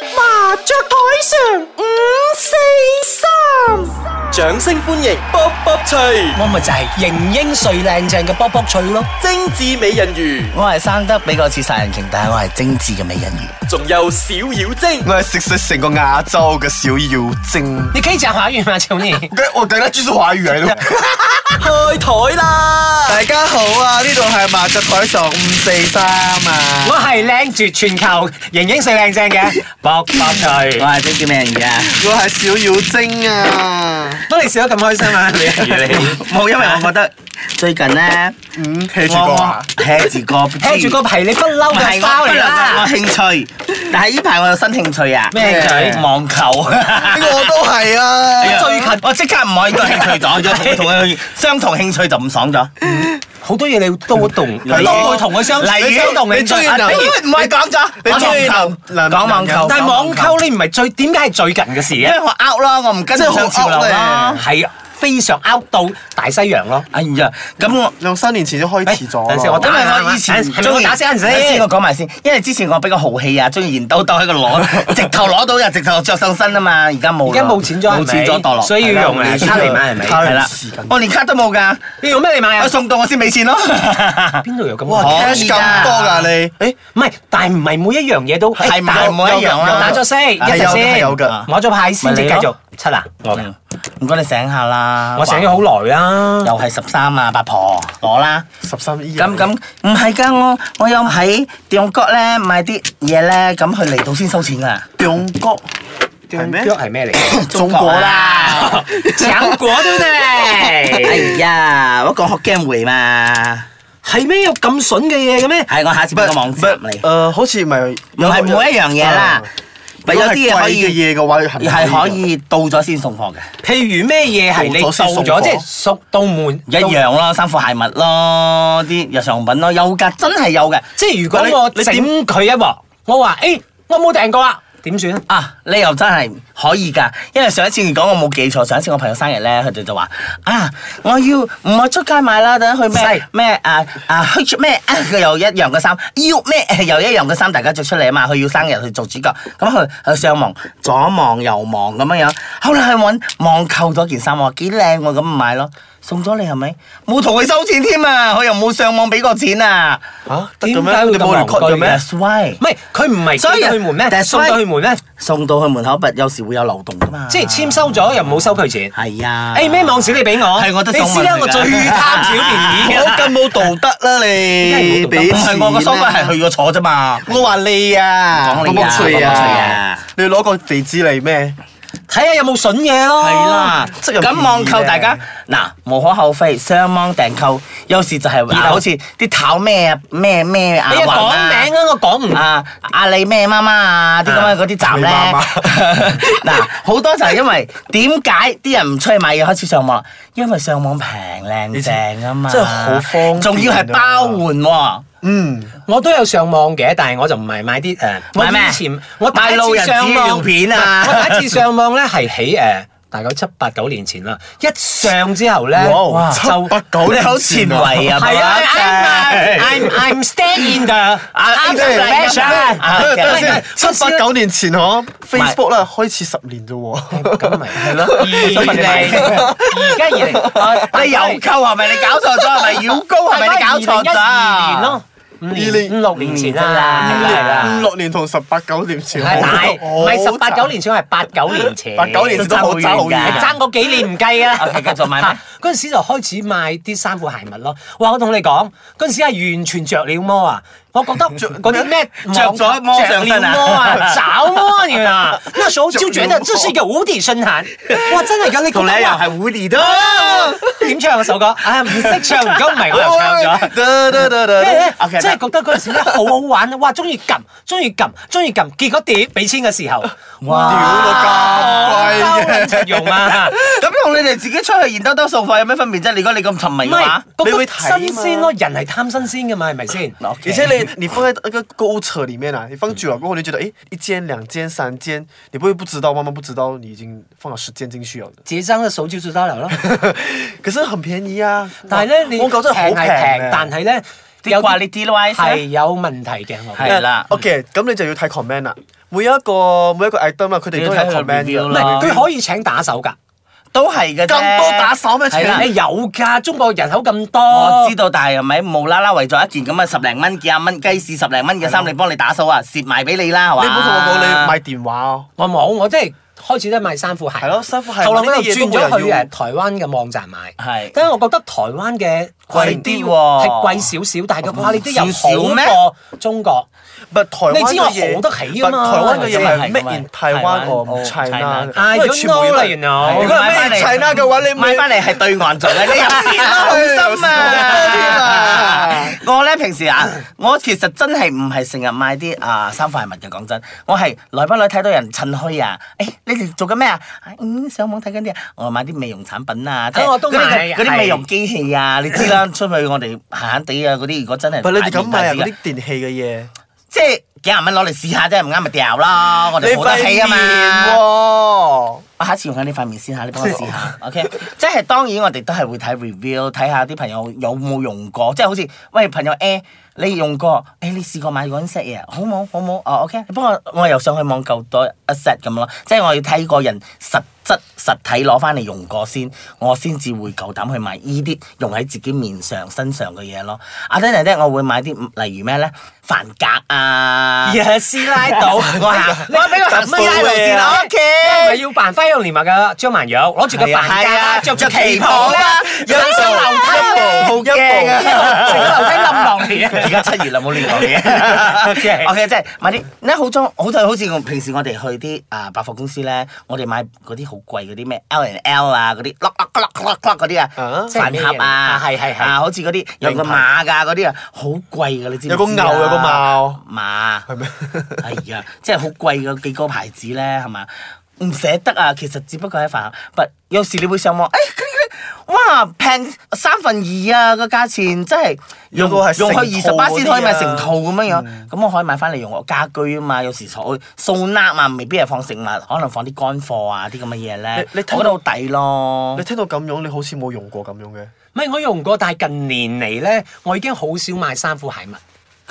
麻雀台上五四三，掌聲歡迎卜卜脆，我咪就係型英帥靚正嘅卜卜脆咯，精緻美人魚，我係生得比較似殺人鯨，但係我係精緻嘅美人魚。仲有小妖精。我係食食成個亞洲嘅小妖精。你可以講華語嗎，求你？我我等下繼續華語嚟咯。開台啦！大家好啊，呢度係麻雀台上五四三啊。我係靚絕全球型英帥靚正嘅卜卜脆，我係精緻美人魚啊！我係小妖精啊！乜你笑得咁開心啊？你冇，因為我覺得最近咧，嗯，企住個我啊！ hea 住個 hea 聽住個皮，你不嬲唔嘅係包我嚟不良啦我！興趣，但係呢排我有新興趣啊！咩興趣網球。呢個我都係啊！最近我即刻唔可以個興趣撞咗，同佢相同興趣就唔爽咗。好多嘢你都同，都會同佢相例相同如你你中意啊男，比如唔係講咗，你中意網球男講網球，但係網購你唔係最點解係最近嘅事因嘅為？我 out 咯，我唔跟真係好上潮流 out 咧啦。係非常 out 到大西洋咯。哎呀，咁我。兩三年前就開始咗等陣先我啦。打因為我以前係咪我打死人先等先我講埋先，因為之前我比較豪氣啊，中意現兜兜喺度攞，直頭攞到又直頭着上身啊嘛，而家冇啦。而家冇錢咗係咪冇錢咗墮落，所以要用係啦卡嚟買係咪卡係啦，我連卡都冇㗎，你用咩嚟買啊我？送到我先俾錢咯。邊度有咁哇嘅可，cash 以咁㗎多㗎你？誒，唔係，但係唔係每一樣嘢都係誒唔打係每一樣啊有打咗先，一係陣有嘅先，係有嘅摸咗牌先至咪繼你續咯七啊，我嗯嘅唔該你醒下啦，我醒咗好耐啦，又係十三啊，八婆攞啦。十三億。咁咁唔係㗎，我我有喺調角咧買啲嘢咧，咁佢嚟到先收錢㗎。中國係咩？係咩嚟嘅？中國啦。搶果對唔哎對？呀，我講學 game 回嘛，係咩有咁筍嘅嘢嘅咩？係我下次唔俾個網站嚟，誒，好似唔係唔係每一樣嘢啦嗯，但有啲嘢如果可以係貴嘅嘢嘅話，係可以到咗先送貨嘅，譬如咩嘢係你到到咗先送咗，貨即係熟到門一，樣咯，衫褲鞋襪咯，啲日常品咯，有㗎，真係有嘅。即係如果但你我你整佢一鑊，我話誒我冇訂過啊，點算啊？啊，你又真係可以㗎，因為上一次講我冇記錯，上一次我朋友生日咧，佢哋就話啊，我要唔我出街買啦，等佢係咩咩啊啊去咩 啊，佢又一樣嘅衫，要咩又一樣嘅衫，大家着出嚟啊嘛，佢要生日去做主角，咁佢佢上網左望右望咁樣樣，後來去揾網購咗件衫，我話幾靚喎，咁買咯，送咗你係咪？冇同佢收錢添啊，佢又冇上網俾過錢啊嚇得點嘅解咩？會你咁冇 record 戇嘅居咩？ ？That's why，唔係佢唔係所以送到去門咩？但係送到去門咩？送到去門口，有時會有漏洞㗎嘛，即係簽收咗又冇收佢錢。係啊，誒咩網址你俾我？係我都你想問知啦，佢㗎我最貪小便宜㗎我咁啦。冇道德啦你，梗係冇道德俾唔係錢我個收費係啦去咗坐啫嘛。我話你啊，講你啊冇罪冇罪啊你攞個地址嚟咩？睇下有冇筍嘢咯。係啦，即係有意義哦咁網購咧大家嗱無可厚非，上網訂購有時就係嗱，好似啲炒咩啊咩咩啊你一講雲啊名啊，我講唔啊阿里咩媽媽啊啲咁樣嗰啲站咧阿里媽， 嗱好多就係因為點解啲人唔出去買嘢開始上網？因為上網平靚正啊嘛，真係好方便啊仲要係包換喎。嗯，我都有上網嘅，但係我就唔係買啲誒。我買咩以前我第買一路人次紙上網尿片啊我第一次上網咧係喺誒大概七八九年前啦。一上之後咧，哇，七就八九你年好前前啊衛啊，係啊爸爸仔，I'm I'm I'm staying 㗎。啊 I'm the best 啊啊等陣唔係先唔，係七八九年前嗬，Facebook 啦開始十年啫喎，咁咪係咯，二零而家二零，你又溝係咪？你搞錯咗係咪？妖高係咪？你搞錯咗？二年咯，五年年五六年前啦，五係啦五。六年同十八九年 前哎哦係大，唔係十八九年前，係八九年前。八九年前都真係好爭爭好好遠㗎係遠，爭嗰幾年唔 計啊！ OK，繼續買咩嗰陣時就開始買啲衫褲鞋襪咯。哇！我同你講，嗰陣時係完全着了魔啊！我覺得嗰啲咩着咗魔上著身了啊魔 啊，着魔你啊！那時候就覺得這是一個無底深潭。哇！真係㗎，你覺同你一得樣哇係 Woody 都。點唱嗰首歌？啊，唔識唱，如果唔係我又唱哎咗。咩咧 OK，即係覺得嗰陣時咧好好玩啊！哇，中意撳，中意撳，中意撳，結果點俾錢嘅時候，屌到咁貴嘅嘅用啊！咁同你哋自己出去現兜兜送貨有咩分別啫？如果你咁沉迷唔嘅係話，你覺會得睇嘛新鮮咯，人係貪新鮮嘅嘛，係咪先？而且你你放在那个购物车里面啊，你放久了过后，你就觉得诶，一件、两件、三件，你不会不知道，慢慢不知道你已经放了十件进去了的。自己生嘅手招最得流咯。 可是很便宜啊！但係咧，你我覺得好平平啊係平，但係係咧啲掛你 D 啦，係有問題嘅，我覺得係啦，OK，咁你就要睇 comment 啦。每一個每一個 item 啦，佢哋都有你要睇佢 comment review 唔啦嘅。係佢可以請打手㗎。都係嘅啫。咁多打手咩？係啦哎你有㗎，中國人口咁多。我知道，但係咪無啦啦為咗一件咁嘅十零蚊幾啊蚊雞屎十零蚊嘅衫，你幫你打手啊，蝕埋俾你啦，係嘛？你唔好同我講你賣電話哦。我冇，我真係開始都係賣衫褲鞋。係咯衫褲鞋後來我呢又啲嘢轉都冇咗人去要誒台灣嘅網站買。係因為我覺得台灣嘅貴啲喎係貴少少，但係嘅話你都有少少咩好過中國。唔係台灣你知我嘅嘢好得起㗎 but 嘛台灣嘅真嘢係係 made in 台 Taiwan 灣 or 哦 China， I 因為 don't 全部嘢 know 都啦，係原來如果係 made 買 in 返嚟 China 嘅話，你咪買翻嚟係對岸做嘅，你入線啦，好心啊！ 我咧平時啊，我其實真係唔係成日買啲啊衫褲鞋襪嘅，講真，我係來不來睇到人趁虛啊！誒、你哋做緊咩啊？嗯，上網睇緊啲啊，我買啲美容產品啊，哦即係啊我都嗰啲買嗰啲美容機 器啊，你知啦，出去我哋閒閒地啊嗰啲，如果真係唔係你哋咁買啊大面大嗰隻啲嘅電器嘅嘢，即係幾廿蚊攞嚟試下啫，唔啱咪掉啦，我你哋冇得起啊嘛。廢喎我下次用下呢塊面先嚇，你幫我試下，OK？即係當然我哋都係會睇 review，睇下啲朋友有冇用過，即係好似喂朋友 A，你用過，誒、你試過買嗰 set 嘢啊好冇好冇？哦，OK，你幫我我又上去網購多一 set 咁咯，即係我要睇個人實質實體攞翻嚟用過先，我先至會夠膽去買依啲用喺自己面上身上嘅嘢咯。啊，等陣咧，我會買啲例如咩咧，飯格啊， 呀師奶到，我我行行，我俾個行師奶路線啊，OK。咪要扮花樣年華嘅張曼玉，攞住個係啊飯架係啊啦，着住着旗旗袍啦，袍上啦咗樓梯咧，一步一步成個樓梯冧落嚟啊！啊而家七月啦，冇亂講嘢。 OK OK，即係買啲咧好裝，好就好似我平時我哋去啲啊百貨公司咧，我哋買嗰啲好貴嗰啲咩 L and L 啊，嗰啲 lock lock lock lock lock 嗰啲啊啊，飯盒啊啊，係係係啊，好似嗰啲有個馬㗎嗰啲啊，好貴㗎，你知唔知啊有個牛有個馬馬 係咩？係啊，即係好貴嘅幾個牌子咧，係嘛？唔捨得啊，其實只不過係飯盒，不有時你會上網，誒、佢佢哇平三分二啊個價錢，真係有用個係成用去二十八套嗰啲啊嗯先可以買成套咁樣樣，咁、我可以買翻嚟用我家居啊嘛，有時所掃納啊，未必係放食物，可能放啲乾貨啊啲咁嘅嘢咧，你你我睇覺得好抵咯你。聽到咁樣，你好似冇用過咁樣嘅。唔係我用過，但係近年嚟咧，我已經好少買衫褲鞋襪。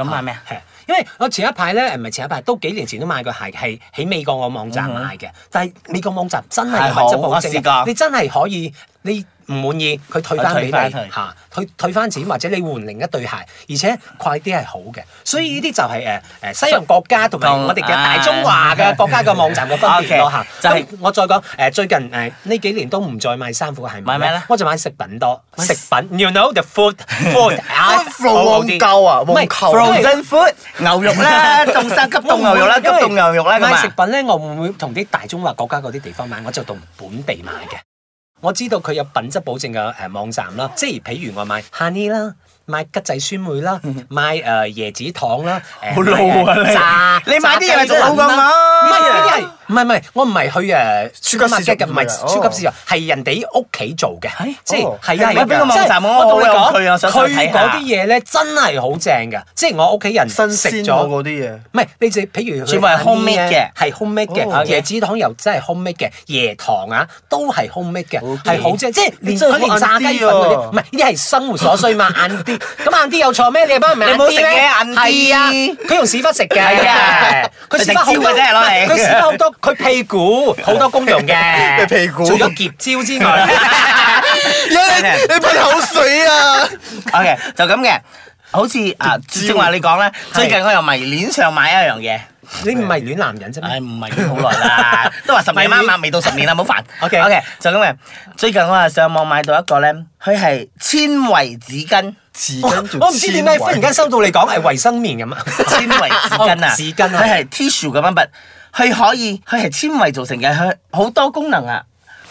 咁買咩啊？係啊，因為我前一排咧，誒唔係前一排，都幾年前都買過鞋，係喺美國個網站買嘅。但係美國網站真係有嗯係好質保證我試過嘅，你真係可以，你唔滿意佢退翻佢退俾返你佢嚇，退退翻錢或者你換另一對鞋，而且快啲係好嘅。所以呢啲就係誒誒西洋國家同埋我哋嘅大中華 嘅國家嘅網站嘅分別嗯 OK，咯嚇。就係咁我再講誒最近誒呢幾年都唔再買衫褲鞋襪買咩咧我就買食品多，食品 you know the food food 啊網購啊唔係網購 Frozen food 牛肉 啦，凍生急凍牛肉啦，急凍牛肉啦咁買食啊！品咧，我唔會同啲大中華國家嗰啲地方買，我就同本地買嘅。我知道佢有品質保證嘅誒網站啦，即係譬如我買 honey 啦。買吉仔酸梅啦，買誒椰子 糖啦，誒嗯好老啊買你炸你買啲嘢炸雞就老㗎蛋啦嘛唔係呢啲係唔係唔係，我唔係去誒超級市場嘅，唔係哦超級市場，係人哋屋企做嘅係，即係哦係係啊咪係啊邊個網即係站我我同你我有佢啊想講，上去睇佢下嗰啲嘢咧真係好正㗎，即係我屋企人新食鮮咗咗。嗰啲嘢，唔係，你就譬如佢全部係啲 homemade 咧嘅係 homemade 哦嘅，椰子糖又真係 homemade 嘅，椰糖啊都係 homemade 嘅 OK，係好正，即係連真係佢好連炸雞粉嗰硬啲啊啲，唔係呢啲係生活所需嘛，硬 啲。咁硬啲有錯咩？你又幫人買你硬冇啲食咧？嘢硬啲係啊，佢用屎忽食嘅係啊， 佢屎忽好佢食蕉多嘅啫攞嚟佢屎忽好多，佢屁股好多功用嘅，佢 屁股除咗結招之外， 你你噴口水啊！ OK，就咁嘅。好似啊，正話你講咧，最近我又迷戀上買一樣嘢，你唔係戀男人啫唉，咩？唔迷戀好耐啦，都話十年啱啱未到十年啦，唔好煩。 OK OK，就咁嘅。最近我係上網買到一個咧，佢係纖維紙巾，匙我羹做我唔知點解纖維忽然間收到你講係衛生棉咁啊！ 哦纖維紙巾啊，哦紙巾啊佢係 tissue 咁樣筆，佢可以，佢係纖維做成嘅，佢好多功能啊。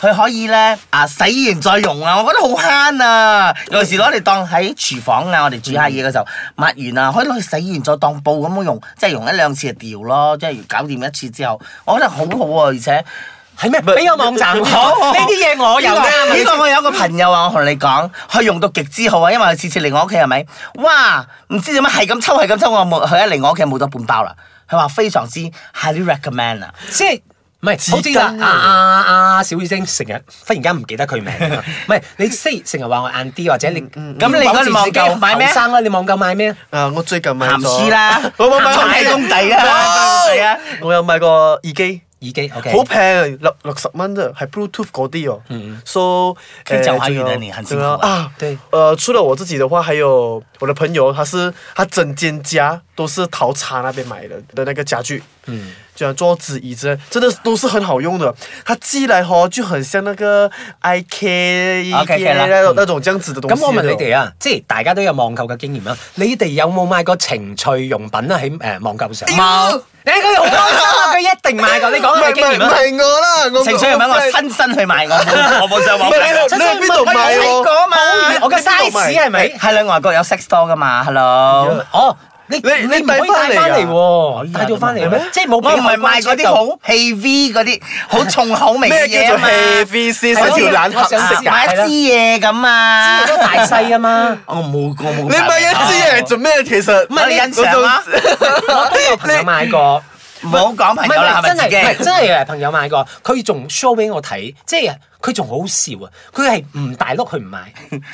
佢可以咧啊，洗完再用啊，我覺得好慳啊！有時攞嚟當喺廚房啊，我哋煮下嘢嘅時候抹完啊，可以攞去洗完再當布咁樣用，即係用一兩次就掉咯，即係搞掂一次之後，我覺得好好啊，而且。係咩？俾個網站我，呢啲嘢我有呢個啱。呢個我有一個朋友啊，我同你講，佢用到極之好啊，因為佢次次嚟我屋企係咪？哇！唔知點解係咁抽係咁抽，我冇佢一嚟我屋企冇咗半包啦。佢話非常之 highly recommend 啊！即係唔係，好似紙巾嗱，啊阿阿阿小雨晶成日忽然間唔記得佢名啊，唔係你即成日話我晏啲，或者你咁你嗰個網購買咩後哦生啦，你網購買咩？啊，我最近買鹹咗絲啦，我冇買買過工地啊，買工地啊，我有買過耳機。耳機 OK，好平啊，六六十蚊啫，係 Bluetooth 嗰啲哦。So，可呃以講華語仲有的你很辛仲苦有啊啊。對呃，除了我自己的話，還有我的朋友，他是他整間家都是淘茶那邊買的的那個家具。嗯。就像桌子、椅子，真的都是很好用的。它寄來吼就很像那個 IK 啊，Ikea 啦那種那種這樣子的東西。咁我問你哋啊，即係大家都有網購嘅經驗啦，啊你哋有冇買過情趣用品啊？喺誒網購上冇誒佢好開心啊！佢一定買過，你唔講係下你唔經係唔驗啊！係我啦，我情緒用品我我親身去買，我冇我冇上網唔係你買。度你去邊度買我有睇喎？過啊嘛，我你嘅邊度買 size 係咪？係啦，外國有 sex store 噶嘛，hello。哦，你你你唔可帶以帶翻返嚟嚟喎，帶咗翻嚟咩？即係冇我唔係賣賣嗰啲好氣 V 嗰啲好重口味嘅咩叫嘢啊做嘛， heavy 先？係咯嗰條懶我想黑知色啊啊！買一支嘢咁啊！大細啊嘛。我冇過冇。你買一支嘢做咩？其實唔係你欣賞啊 我都有朋友買過，唔好講朋唔友啦，係係真係咪唔係自己？真係誒朋友買過，佢仲 show 俾我睇，即係佢仲好笑啊！佢係唔大碌佢唔買，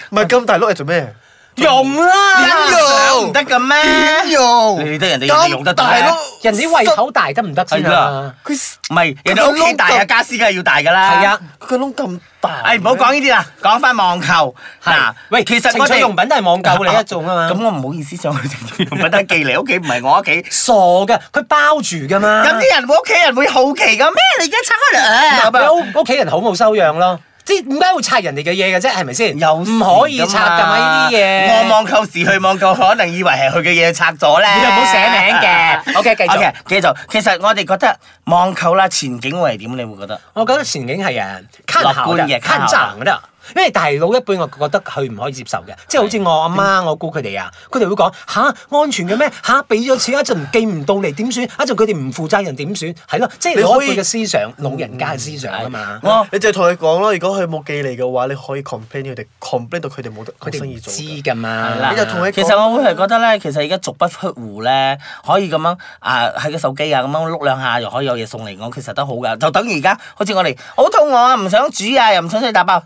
唔係咁大碌係做咩？用啦，唔得嘅咩？用你哋人哋人哋用得到咩大碌，人哋胃口大得唔得先係啊啦？佢唔係人哋屋企大啊，家哎私梗係要大㗎啦。係啊。佢窿咁大。誒唔好講呢啲啦，講翻網購嗱，喂，其實情趣用品都係網購嚟一種啊咁嘛，我唔好意思上去情趣用品得寄嚟屋企，唔係我屋企。傻嘅，佢包住噶嘛。咁啲人屋企人會好奇㗎咩？你而家拆開嚟啊咁啊！有屋企人好冇修養咯，即係點解會拆人哋嘅嘢嘅啫？係咪先？有唔可以拆㗎嘛呢啲嘢。我網購時去網購，可能以為係佢嘅嘢拆咗咧。你又冇寫名 嘅 OK，繼續 OK，繼續。其實我哋覺得網購啦，前景會係點？你會覺得？我覺得前景係誒看好樂觀嘅，嘅看賺嘅啦。因為大佬一輩，我覺得佢唔可以接受嘅，即係好似我阿媽、我姑佢哋啊，佢哋會講吓安全嘅咩吓，俾咗錢一陣寄唔到嚟點算？一陣佢哋唔負責任點算？係咯，即係你老可一以輩嘅思想，老人家嘅思想啊嘛。我你就同佢講咯，如果佢冇寄嚟嘅話，你可以 complain 佢哋，complain 到佢哋冇得佢冇哋生唔意做知㗎。㗎嘛，係啦你就同佢其講實我會係覺得咧，其實而家足不出戶咧，可以咁樣啊喺個手機啊咁樣碌兩下，又可以有嘢送嚟我，其實都好噶。就等於而家好似我哋好肚餓啊，唔想煮啊，又唔想出去打包，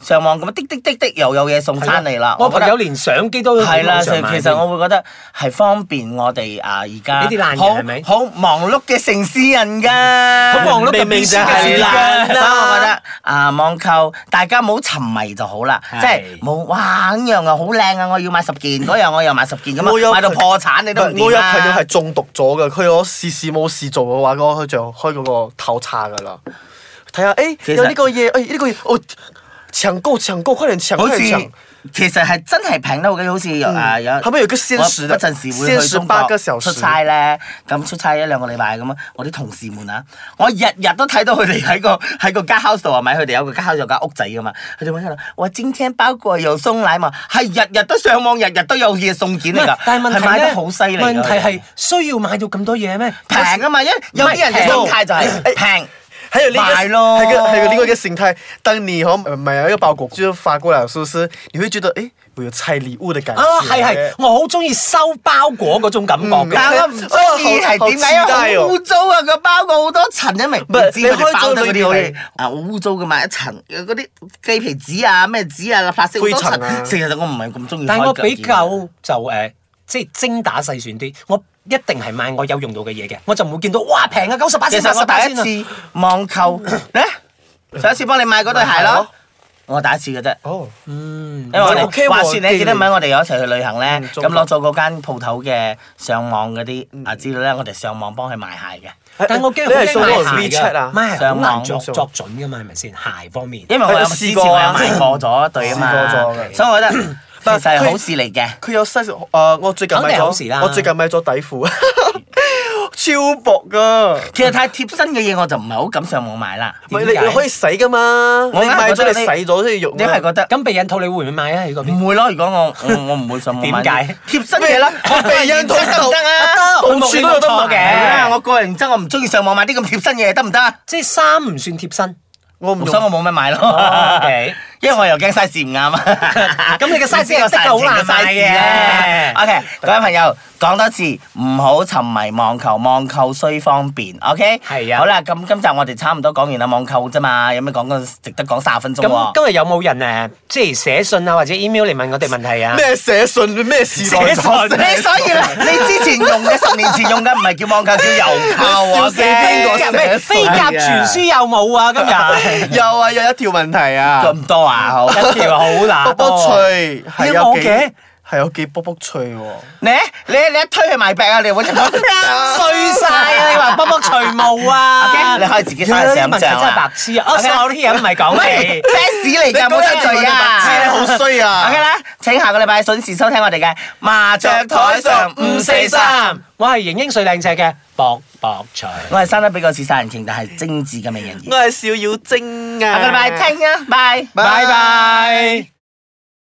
上網咁樣滴滴滴滴又有嘢送翻嚟啦。我覺朋得友連相機都係啦，網所以上買其實我會覺得係方便我哋啊而家呢啲懶人好係咪好忙碌嘅城市人㗎，好忙碌嘅明明必須 就係嘅時啦間所以我覺得啊網購大家唔好沉迷就好啦，係即係冇哇呢樣又好靚啊，我要買十件，嗰樣我又買十件我咁有啊，買到破產你都唔唔係我掂有啊朋友係中毒咗㗎，佢我事事冇事做嘅話，佢就開嗰個套餐㗎啦。睇下誒其實有呢個嘢，哎誒呢個嘢，我搶購搶購，快點搶，好快似點搶。其實係真係平得好緊，好似嗯有啊有。後面有個限時我的，嗰陣時會去中八國個小時啊出。差咧，咁出差一兩個禮拜咁啊，我啲同事們啊，我日日都睇到佢哋喺個 喺個家 house 度啊，咪佢哋有個家 house 有間屋仔噶嘛，佢哋揾佢啦，我今天包括有送奶嘛，係日日都上網，日日都有嘢送件嚟㗎，但係問題係買咧得好犀利㗎。問題係需要買到咁多嘢咩？平啊嘛，因為有啲人嘅心態就係哎平。还有另一买个，咯还有一个还有另外一个心态，当你和买了一个包裹就发过来，是不是？你会觉得，诶，我有拆礼物的感觉。啊，係係，我好中意收包裹嗰種感覺嗯嘅。但我唔中意係點解？因為好污糟啊！個包裹好多塵啊，明唔知佢哋包得嗰啲好似啊好污糟噶嘛，一層有嗰啲雞皮紙啊、咩紙啊、白色好多塵。其實我唔係咁中意。但我比較就誒、呃即係精打細算啲，我一定係買我有用到嘅嘢嘅，我就唔會見到哇平啊九十八其先，實八我十八先啊！第一次網購咧，上一次幫你買嗰對鞋咯，我第一次嘅啫。哦，嗯因為我哋 OK 喎話説你既記得唔記得我哋有一齊去旅行咧，中咁攞咗嗰間鋪頭嘅上網嗰啲啊資料咧，我哋上網幫佢買鞋嘅。但我驚你係好送嗰個驚買鞋 WeChat 㗎，啊買鞋好上難網作上作準㗎嘛，係咪先？鞋方面，因為我有之前我有買過咗一對啊試嘛，過咗嘅所以我 覺得其實係但佢好事嚟嘅。佢有 size，誒，我最近肯買定好事啦咗，我最近買咗底 褲，超薄噶。其實太貼身嘅嘢我就唔係好敢上網買啦。唔係你你可以洗噶嘛？我你硬係買覺咗得你洗咗先用啊。你係覺得咁避孕套你會唔會買啊？喺嗰邊？唔會咯？如果我我我唔會上網買。點解貼身嘢啦，我避孕套得唔得啊？得到處都有得我冇賣嘅係啊我個人真我唔中意上網買啲咁貼身嘢，得唔得啊？即係衫唔算貼身，我唔用所以我冇咩買咯。哦，OK 因為我又驚 size 唔啱。啊 咁你嘅 size 係的確好難買嘅 OK，各位朋友講多次，唔好沉迷網購，網購雖方便。OK，係啊好啦，咁今集我哋差唔多講完啦，網購啫嘛，有咩講嘅值得講卅分鐘咁喎？今日有冇人誒，即係寫信啊，或者 email 嚟問我哋問題啊？咩寫信咩時代寫信咗你所以啦，你之前用嘅十年前用嘅唔係叫網購，叫郵購啊！笑死邊個我寫驚咩飛鴿傳書有冇啊？今日 有啊，有一條問題啊，咁多啊，好。一條好卜難卜多。脆係有有冇嘅幾係有幾卜卜脆喎。你你你一推去賣餅啊，你 揾隻手 碎晒啊！你話卜卜除毛啊 OK，你可以自己有翻去啲想問題真象係白啊。痴啊！我 OK sorry 啊，唔係講你。 fans 嚟㗎，冇得罪你啊！好衰啊 OK 啦，請下個禮拜準時收聽我哋嘅麻雀台上五四三。，我係型英最靚仔嘅博博除。我係生得比較似殺人鯨，但係精緻嘅美人魚。我係小妖精啊！下個禮拜聽啊，拜拜拜。